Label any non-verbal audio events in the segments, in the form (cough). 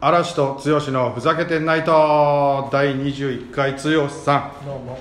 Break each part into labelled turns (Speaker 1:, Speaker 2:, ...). Speaker 1: 嵐と剛のふざけてないと第21回剛さんあ
Speaker 2: No more.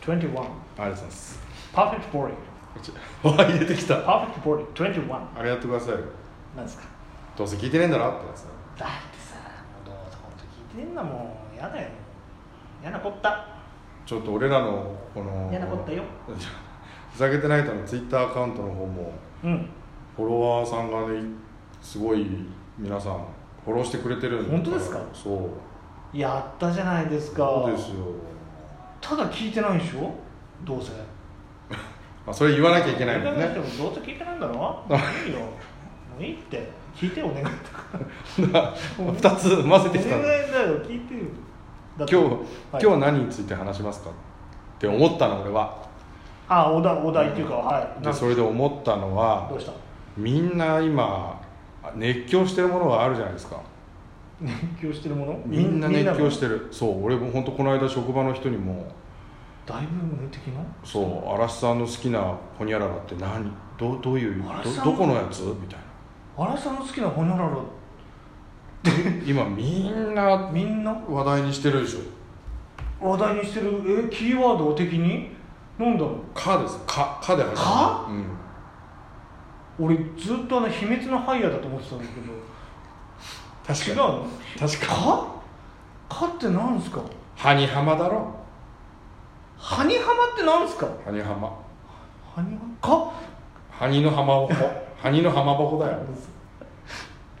Speaker 2: 21.
Speaker 1: りがとうございます
Speaker 2: Perfect body.
Speaker 1: こちらわあ入れてきた
Speaker 2: Perfect body. 21.
Speaker 1: あれやってくださいよ
Speaker 2: なんですか
Speaker 1: どうせ聞いてねえんだなってやつ
Speaker 2: だってさ、もうどうとほんと聞いてんなもん。やだよ。やなこった。
Speaker 1: ちょっと俺らのこの
Speaker 2: 嫌なことだよ
Speaker 1: (laughs) ふざけてないとのツイッターアカウントの方も
Speaker 2: うん。
Speaker 1: フォロワーさんがねすごい皆さんフォローしてくれてるん
Speaker 2: 本当ですか
Speaker 1: そう
Speaker 2: やったじゃないですか。
Speaker 1: そうですよ
Speaker 2: ただ聞いてないでしょどうせ。
Speaker 1: まあそれ言わなきゃいけないもん
Speaker 2: 俺が出して
Speaker 1: ね
Speaker 2: もどうせ聞いてないんだろ
Speaker 1: (laughs)
Speaker 2: もういいよ。もういいって。聞いてお願いだから。
Speaker 1: (laughs) 2つ混ぜてきた
Speaker 2: お
Speaker 1: の
Speaker 2: 願いだよ。聞いてよ。だ
Speaker 1: 今
Speaker 2: っ
Speaker 1: 日今
Speaker 2: てはい
Speaker 1: 日は何について話しますかって思ったの俺は
Speaker 2: あ、お題、お題っていうか、はい。
Speaker 1: でそれで思ったの
Speaker 2: ど
Speaker 1: は
Speaker 2: うした
Speaker 1: みんな今熱狂してるものがあるじゃないですか
Speaker 2: 熱狂してるもの
Speaker 1: みんな熱狂しててるそう俺も本当この間職場の人にも
Speaker 2: 大ブーム的な
Speaker 1: そう嵐さんの好きなホニャララって何どうどういう
Speaker 2: 嵐さ
Speaker 1: ど
Speaker 2: ん
Speaker 1: どこのやつみたいな
Speaker 2: 荒井さんの好きなホニャララ
Speaker 1: 今みんな
Speaker 2: みんな
Speaker 1: 話題にしてるでしょ
Speaker 2: 話題にしてるえキーワード的になんだろう
Speaker 1: 「か」です「か」「か」で始まる
Speaker 2: か
Speaker 1: うん
Speaker 2: 俺ずっとあの秘密のハイヤーだと思ってたんだけど違う
Speaker 1: かに
Speaker 2: の
Speaker 1: 確かに
Speaker 2: かかってなんですか
Speaker 1: 「ハニハマ」だろ
Speaker 2: ハニハマってなんですか
Speaker 1: 「ハニハマ」
Speaker 2: ハニハ
Speaker 1: 「ハニの浜ぼこ」「ハニの浜ぼこ」だよ
Speaker 2: か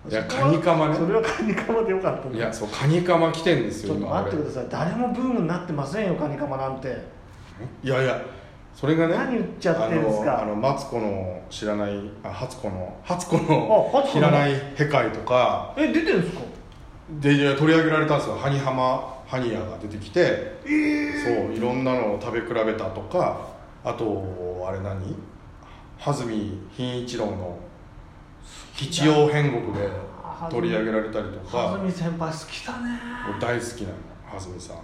Speaker 1: いやカニカマね
Speaker 2: それはカニカマでよかったね
Speaker 1: いやそうカニカマ来てんです
Speaker 2: ち
Speaker 1: よ
Speaker 2: ょっと
Speaker 1: 今
Speaker 2: 待ってく
Speaker 1: 俺
Speaker 2: ださい誰もブームになってませんよカニカマなんて
Speaker 1: いやいやそれがね
Speaker 2: 何言っちゃってんですか
Speaker 1: あのあのマツコの知らないあ初子の初子
Speaker 2: あ
Speaker 1: の
Speaker 2: 初
Speaker 1: 知
Speaker 2: 子の
Speaker 1: らない世界とか
Speaker 2: え出てるんですか
Speaker 1: でいや取り上げられたんですよハニハマハニヤが出てきて
Speaker 2: えー、
Speaker 1: そういろんなのを食べ比べたとかあとあれ何羽住品一郎の「吉曜変国」で取り上げられたりと
Speaker 2: は
Speaker 1: か
Speaker 2: ずみ先輩好きだね
Speaker 1: 俺大好きなの羽住さん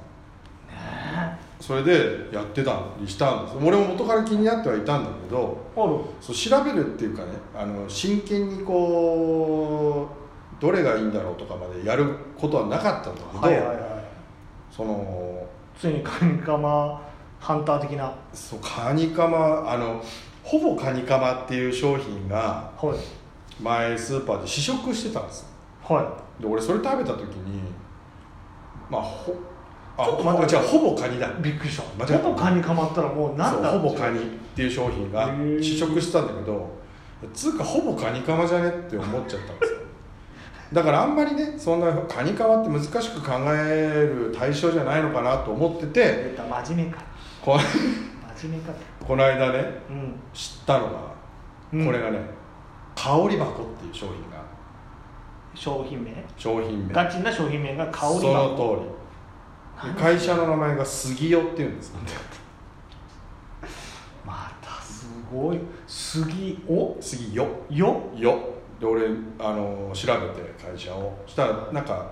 Speaker 1: それでやってたりしたんです俺も元から気になってはいたんだけど
Speaker 2: ある
Speaker 1: そう調べるっていうかねあの真剣にこうどれがいいんだろうとかまでやることはなかったんだけど、
Speaker 2: はいはいはい
Speaker 1: その
Speaker 2: ついにカニカマハンター的なは
Speaker 1: そうカニカマあのほぼカニカマっていう商品が
Speaker 2: い
Speaker 1: 前スーパーで試食してたんです
Speaker 2: は
Speaker 1: で俺それ食べた時にまあほあ
Speaker 2: ちょっと待って
Speaker 1: ほぼ違うほぼカニだ
Speaker 2: いびっくりし
Speaker 1: 間
Speaker 2: た
Speaker 1: 違えた
Speaker 2: ほぼカニカマったらもうなんだ
Speaker 1: そうほぼカニっていう商品が
Speaker 2: へー
Speaker 1: 試食してたんだけどつうかほぼカニカマじゃねって思っちゃったんですよだからあんまりねそんなカニカマって難しく考える対象じゃないのかなと思ってて
Speaker 2: 出た真面目か
Speaker 1: こ
Speaker 2: 真面目か
Speaker 1: この間ね
Speaker 2: うん
Speaker 1: 知ったのが、
Speaker 2: うん
Speaker 1: これがね香り箱っていう商品が
Speaker 2: 商品名
Speaker 1: 商品名
Speaker 2: ガチな商品名が香り
Speaker 1: そ
Speaker 2: が
Speaker 1: の通りで会社の名前が杉代っていうんです
Speaker 2: またすごい杉を
Speaker 1: 杉代
Speaker 2: よ
Speaker 1: よで俺あの調べて会社をしたらなんか、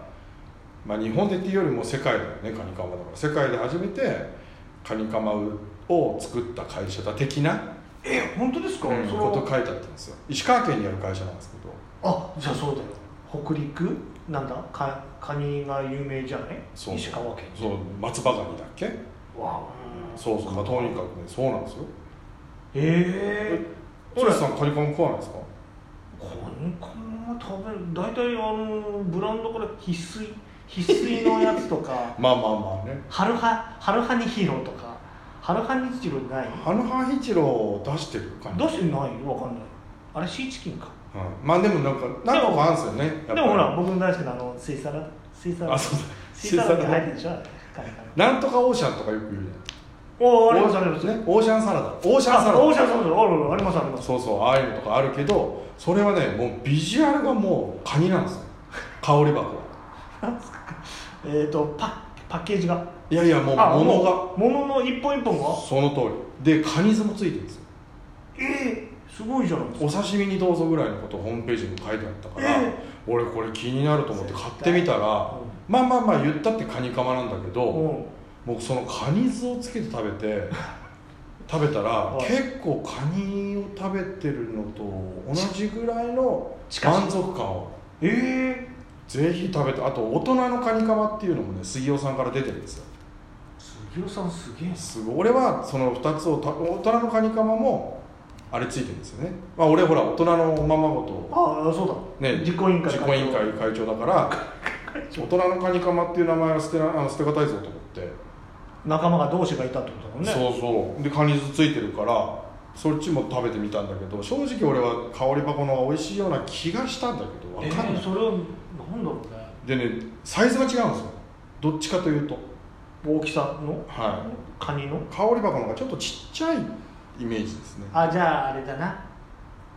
Speaker 1: まあ、日本でっていうよりも世界だよねカニカマだから世界で初めてカニカマを作った会社だ的な
Speaker 2: え本当ですか、
Speaker 1: うん
Speaker 2: そ
Speaker 1: こと
Speaker 2: の
Speaker 1: 書いてあったんですよ石川県にある会社なんですけど
Speaker 2: あじゃあそうだよ北陸なんだかカニが有名じゃない
Speaker 1: そう
Speaker 2: 石川県
Speaker 1: そう松葉ガニだっけ
Speaker 2: わ
Speaker 1: そうそう、まあ、とにかくねそうなんですよ
Speaker 2: ええ
Speaker 1: 剛さんカニカマ食わないですか
Speaker 2: カニカマ食べる大体あのブランドから必須必須のやつとか (laughs)
Speaker 1: まあまあまあね
Speaker 2: ハルハハルハニヒーローとかハルハニチロない
Speaker 1: ハノハ一郎出してるカニ
Speaker 2: どうしてないわかんないあれシーチキンか
Speaker 1: うん、まあでもなんか何個かあるんですよねや
Speaker 2: で
Speaker 1: っぱり
Speaker 2: もほら僕の大好きなあの水皿水皿
Speaker 1: あそうだ
Speaker 2: 水皿に入ってるでしょカニカマ
Speaker 1: なんとかオーシャンとかよく言うじゃん
Speaker 2: お
Speaker 1: オ
Speaker 2: おありますありま
Speaker 1: ー
Speaker 2: す
Speaker 1: シャンねオーシャンサラダオーシャンサラ
Speaker 2: あ
Speaker 1: ダ
Speaker 2: オーシャンサラダあるあるありますあります
Speaker 1: そうそうああいうのとかあるけどそれはねもうビジュアルがもうカニなんですよ香り箱
Speaker 2: えっ、ー、とパパッケージが
Speaker 1: いやいやもう
Speaker 2: あ
Speaker 1: 物が
Speaker 2: ものの一本一本が
Speaker 1: その通りでカニ酢もついてるんですよ
Speaker 2: ええすごいじゃないですか
Speaker 1: お刺身にどうぞぐらいのことをホームページにも書いてあったから、
Speaker 2: え
Speaker 1: 俺これ気になると思って買ってみたら、まあまあまあ言ったってカニカマなんだけど、
Speaker 2: うん
Speaker 1: 僕そのカニ酢をつけて食べ
Speaker 2: (laughs)
Speaker 1: て食べたら
Speaker 2: はい
Speaker 1: 結構カニを食べてるのと同じぐらいの
Speaker 2: 近しい
Speaker 1: 満足感を
Speaker 2: ええ
Speaker 1: ぜひ食べてあと大人のカニカマっていうのもね杉尾さんから出てるんですよ
Speaker 2: 杉尾さんすげえ
Speaker 1: すごい俺はその2つをた大人のカニカマもあれついてるんですよね、まあ、俺ほら大人のおままごと
Speaker 2: ああそうだ
Speaker 1: ね
Speaker 2: 実行委員会
Speaker 1: 実行委員会会長だ
Speaker 2: (laughs)
Speaker 1: から大人のカニカマっていう名前は捨てなあの捨てがたいぞと思って、
Speaker 2: 仲間が同士がいたってことだもんね
Speaker 1: そうそうでカニ酢ついてるからそっちも食べてみたんだけど正直俺は香り箱の方が美味しいような気がしたんだけど分かん
Speaker 2: え
Speaker 1: な
Speaker 2: ー
Speaker 1: い、
Speaker 2: それはなんだろうね
Speaker 1: でねサイズが違うんですよどっちかというと
Speaker 2: 大きさの
Speaker 1: は
Speaker 2: カニの
Speaker 1: い香り箱の方がちょっとちっちゃいイメージですね
Speaker 2: あじゃああれだな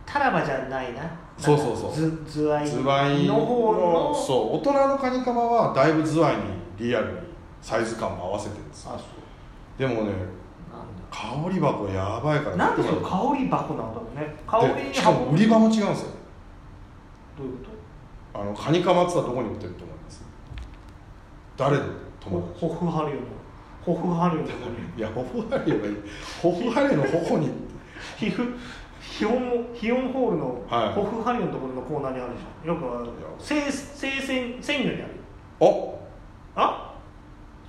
Speaker 2: タラバじゃないな
Speaker 1: そうそうそう
Speaker 2: ずズワイ
Speaker 1: ズワイ
Speaker 2: の
Speaker 1: の
Speaker 2: 方の
Speaker 1: そう大人のカニカマはだいぶズワイにリアルにサイズ感も合わせてるんですよ
Speaker 2: あ
Speaker 1: でもね
Speaker 2: そうなん
Speaker 1: 香り箱やばいから
Speaker 2: だなんでその香り箱なんだろうね香り
Speaker 1: で
Speaker 2: に
Speaker 1: しかも売り場も違うんですよ
Speaker 2: どういうこ
Speaker 1: あのカニカマって言ったらどこに売ってると思います誰の
Speaker 2: と
Speaker 1: 友
Speaker 2: ホ
Speaker 1: 達
Speaker 2: ホフハリオのホフハリオのとこに
Speaker 1: いやホフハレーはいいホフハレーの頬に
Speaker 2: 皮膚ヒオンヒオンホールの
Speaker 1: はい
Speaker 2: ホフハリオのところのコーナーにあるじゃんよくある生生鮮鮮魚にある
Speaker 1: あ
Speaker 2: あ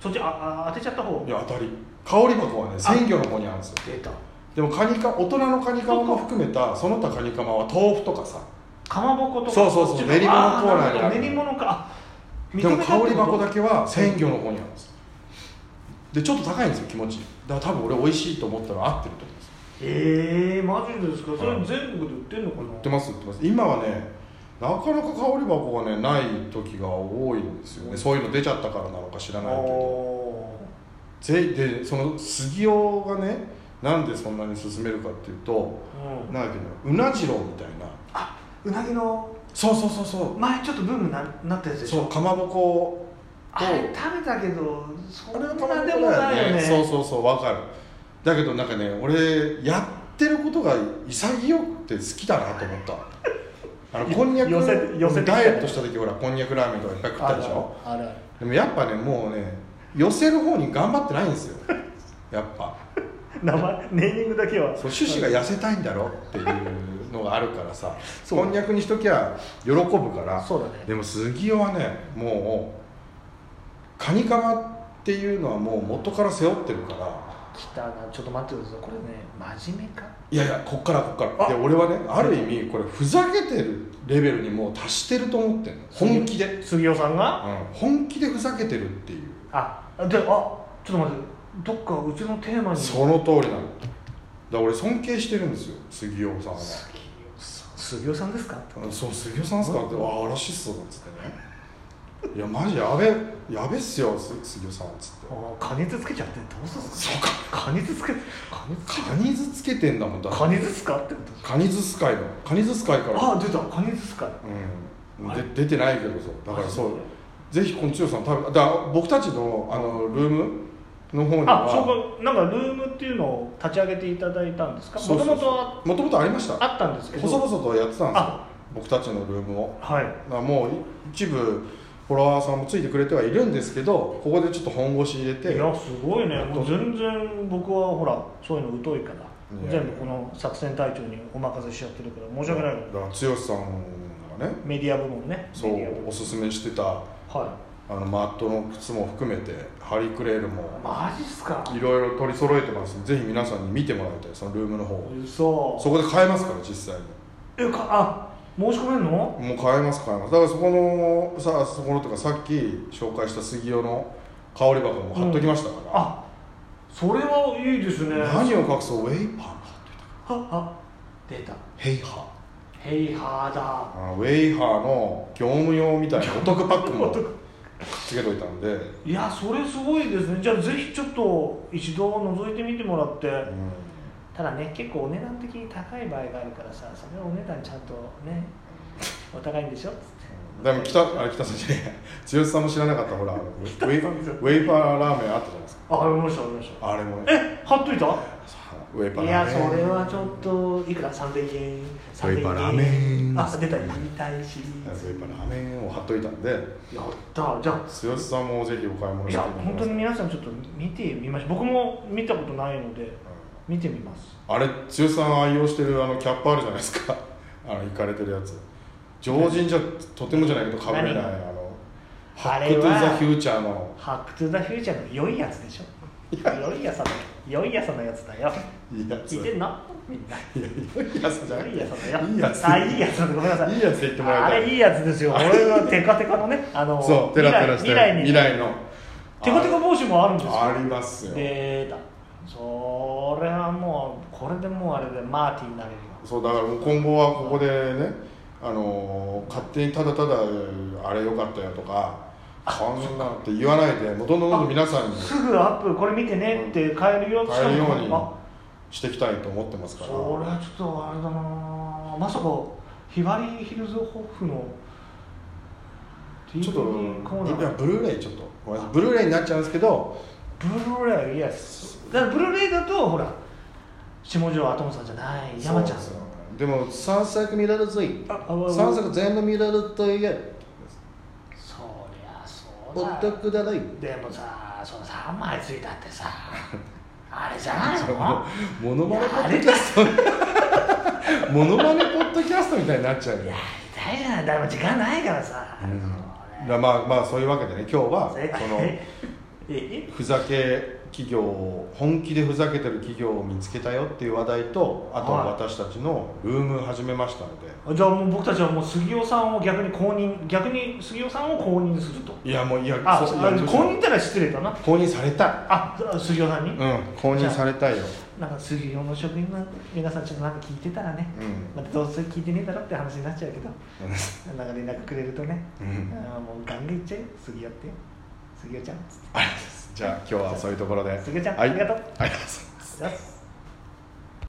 Speaker 2: そっちああ当てちゃった方
Speaker 1: いや当たり香り箱はね鮮魚の方にあるんですよ
Speaker 2: 出た
Speaker 1: でもカニカ大人のカニカマも含めたその他カニカマは豆腐とかさ
Speaker 2: かまぼことか
Speaker 1: そうそうそう
Speaker 2: っち
Speaker 1: 練り物コーナーにある
Speaker 2: なるほど練り物かあ
Speaker 1: でも香り箱だ
Speaker 2: け
Speaker 1: けは鮮魚の方にあるんですよでちょっと高いんですよ気持ちだから多分俺美味しいと思ったら合ってると思うんですよ
Speaker 2: ええー、マジですかそれ
Speaker 1: うん
Speaker 2: 全国で売ってんのかな
Speaker 1: 売ってます売ってます今はねなかなか香り箱がねない時が多いんですよねそういうの出ちゃったからなのか知らないけど
Speaker 2: お
Speaker 1: ぜでその杉尾がねなんでそんなに勧めるかっていうと
Speaker 2: ーうん
Speaker 1: なんだっけなうなじろうみたいな
Speaker 2: あうなぎの
Speaker 1: そうそうそうそ
Speaker 2: 前ちょっとブームにななったやつ
Speaker 1: う
Speaker 2: でし
Speaker 1: そ
Speaker 2: ょ
Speaker 1: うかまぼこ
Speaker 2: あれ食べたけどそんな
Speaker 1: は
Speaker 2: で
Speaker 1: かまぼこ
Speaker 2: もないよね
Speaker 1: そうそうそうわかるだけどなんかね俺やってることが潔くて好きだなと思ったあのこんにゃく
Speaker 2: 寄せ寄せてきた
Speaker 1: ダイエットした時ほらこんにゃくラーメンとかいっぱい食ったでしょ
Speaker 2: あるある
Speaker 1: でもやっぱねもうね寄せる方に頑張ってないんですよやっぱ
Speaker 2: 名前ネーミングだけは
Speaker 1: そう趣旨が痩せたいんだろっていうのがあるからさ
Speaker 2: そう
Speaker 1: こんにゃくにしときゃ喜ぶから
Speaker 2: そうだね
Speaker 1: でも杉尾はねもうカニカマっていうのはもう元から背負ってるから
Speaker 2: 来たなちょっと待ってくださいこれね真面目か
Speaker 1: いやいやこっからこっからで俺はねある意味これふざけてるレベルにもう達してると思ってんの本気で、うん、
Speaker 2: 杉尾さんが
Speaker 1: 本気でふざけてるっていう
Speaker 2: あであちょっと待ってどっかうちのテーマに
Speaker 1: その通りなのだから俺尊敬してるんですよ杉尾さんは
Speaker 2: 杉尾さん杉尾さんですか
Speaker 1: そう杉尾さんっすかって「わあ嵐っすよ」っつってね「いやマジやべやべっすよす杉尾さん」っつって
Speaker 2: あ加熱つけちゃってどうするんです
Speaker 1: そうか
Speaker 2: か加熱つけ加熱つけ
Speaker 1: カニ酢つけてんだもんだって
Speaker 2: 加熱すかってこと
Speaker 1: カニ酢使いだカニ酢使いから
Speaker 2: あ出た加熱すか
Speaker 1: うん
Speaker 2: あれ
Speaker 1: で出てないけどそうだからそうぜひこの強さん食べだから僕たちのあのルームの方には
Speaker 2: あそうかなんかルームっていうのを立ち上げていただいたんですか
Speaker 1: そ
Speaker 2: も
Speaker 1: うそ
Speaker 2: とも
Speaker 1: うそう
Speaker 2: と
Speaker 1: もともとありました
Speaker 2: あったんですけど
Speaker 1: 細々とやってたんですよ
Speaker 2: あ
Speaker 1: 僕たちのルームを
Speaker 2: はい
Speaker 1: まあもう一部フォロワーさんもついてくれてはいるんですけどここでちょっと本腰入れて
Speaker 2: いやすごいね
Speaker 1: やっと
Speaker 2: もう全然僕はほらそういうの疎いから
Speaker 1: いや
Speaker 2: 全部この作戦隊長にお任せしちゃってるから申し訳ないけ
Speaker 1: だか
Speaker 2: ど
Speaker 1: ら剛さんがね
Speaker 2: メディア部門ね
Speaker 1: そう
Speaker 2: メディア部門
Speaker 1: おすすめしてた
Speaker 2: は
Speaker 1: あのマットの靴も含めてハリクレールも
Speaker 2: いマジっすか
Speaker 1: いろいろ取り揃えてますんでぜひ皆さんに見てもらいたいそのルームの方を
Speaker 2: 嘘
Speaker 1: そこで買えますから実際に
Speaker 2: えかあ申し込めんの
Speaker 1: もう買えます買えますだからそこのさそこのとかさっき紹介した杉尾の香り箱も貼っときましたから、
Speaker 2: あそれはいいですね
Speaker 1: 何を隠そうウェイパーも貼っといた
Speaker 2: ああ出た
Speaker 1: ヘイハー
Speaker 2: ヘイハーだ
Speaker 1: あウェイハーの業務用みたいなお得パックも
Speaker 2: (laughs) お得
Speaker 1: つけといたんで、うん、
Speaker 2: いやそれすごいですねじゃあぜひちょっと一度覗いてみてもらってただね結構お値段的に高い場合があるからさそれはお値段ちゃんとねお高いんでしょっつっ
Speaker 1: で
Speaker 2: て
Speaker 1: も北あれ北さんじゃねえや剛さんも知らなかったほらあのウェイウェイパーラーメンあったじゃないですか
Speaker 2: あありましたありました
Speaker 1: あれもね
Speaker 2: え貼っといた
Speaker 1: ウェイパー
Speaker 2: いや
Speaker 1: ラ
Speaker 2: そ
Speaker 1: ーメン
Speaker 2: れはちょっといくら3000円
Speaker 1: ウェイパーラーメン
Speaker 2: あ出た言いたいシリ
Speaker 1: ウ
Speaker 2: ーズ
Speaker 1: ェイパーラーメンを貼っといたんで
Speaker 2: やったじゃあ
Speaker 1: 剛さんもぜひお買い物
Speaker 2: い
Speaker 1: して
Speaker 2: や
Speaker 1: みてくださ
Speaker 2: 本当に皆さんちょっと見てみましょう僕も見たことないので
Speaker 1: う
Speaker 2: 見てみます
Speaker 1: (laughs) んあれ剛さん愛用してるあのキャップあるじゃないですかあの行かれてるやつ常人じゃとてもじゃないけどかぶれないあ
Speaker 2: 何
Speaker 1: の「ハ
Speaker 2: あ
Speaker 1: ッ
Speaker 2: れ
Speaker 1: ク・ト
Speaker 2: は
Speaker 1: ゥ・ザ・フューチャー」の
Speaker 2: ハック・トゥ・ザ・フューチャーの良いやつでしょ良いやさの良いやさのやつだよ
Speaker 1: いいやつ
Speaker 2: 聞いてんのみんない
Speaker 1: いやつじゃなく
Speaker 2: いい
Speaker 1: て
Speaker 2: やつだよ
Speaker 1: いいやつ
Speaker 2: あいいやつだごめんなさい
Speaker 1: いいやつ言ってもらいたい
Speaker 2: あれいいやつですよ俺はテカテカのねあの
Speaker 1: そうテラテラして
Speaker 2: 未来
Speaker 1: 未
Speaker 2: 未来
Speaker 1: 来
Speaker 2: に
Speaker 1: の
Speaker 2: テカテカ帽子もあるんですよ
Speaker 1: あありますよ
Speaker 2: 出たそれはもうこれでもうあれでマーティーになれるよ
Speaker 1: そうだからもう今後はここでねあのー勝手にただただあれ良かったよとかこんなのって言わないでもうどんどんどんどん皆さんに
Speaker 2: すぐアップこれ見てねって買えるよ
Speaker 1: 変えるように
Speaker 2: あ
Speaker 1: していきたいと思ってます
Speaker 2: そ
Speaker 1: か
Speaker 2: れ
Speaker 1: ら
Speaker 2: はちょっとあれだなまさかヒバリーヒルズホフの
Speaker 1: ちょっといやブ
Speaker 2: DVD コーナー
Speaker 1: ルーレイちょっとごめんなさいブルーレイになっちゃうんですけど
Speaker 2: ブルーレイイエスだからブルーレイだとほら下條アトムさんじゃない山ちゃん
Speaker 1: そうですよでも3作見られるぞい
Speaker 2: あああ
Speaker 1: 3作全部見られるといえ
Speaker 2: そりゃそ
Speaker 1: お
Speaker 2: うだ
Speaker 1: 得だない
Speaker 2: でもさその3枚ついたってさ
Speaker 1: (laughs)
Speaker 2: あれじゃないの
Speaker 1: モノマネポッドキャストモノマネポッドキャストみたいになっちゃうよ
Speaker 2: やりたいじゃないだから時間ないからさ、
Speaker 1: うん
Speaker 2: そ
Speaker 1: だ
Speaker 2: れ
Speaker 1: まあまあそういうわけでね今日は
Speaker 2: え
Speaker 1: その
Speaker 2: (laughs) ええ
Speaker 1: ふざけ企業を本気でふざけてる企業を見つけたよっていう話題とあと
Speaker 2: はい
Speaker 1: 私たちのルーム始めましたので、
Speaker 2: じゃあもう僕たちはもう杉尾さんを逆に公認逆に杉尾さんを公認すると
Speaker 1: い、やもういや
Speaker 2: あ
Speaker 1: そうい
Speaker 2: あ
Speaker 1: や
Speaker 2: 公
Speaker 1: むしろ
Speaker 2: 認ったら失礼だな
Speaker 1: 公認された
Speaker 2: あ杉尾さんに、
Speaker 1: いうん公認されたいよ
Speaker 2: なんか杉尾の職員の皆さんちょっとなんか聞いてたらね、
Speaker 1: うん
Speaker 2: またどうせ聞いてねえだろって話になっちゃうけどなんか連絡くれるとね、
Speaker 1: う
Speaker 2: あ
Speaker 1: ん
Speaker 2: ーもうガンガンいっちゃうよ杉尾って杉尾ちゃんっつって
Speaker 1: あれですじゃあ今日はそういうところで
Speaker 2: 杉尾ちゃん、
Speaker 1: はい
Speaker 2: ありがとう
Speaker 1: ありがとうございます
Speaker 2: よし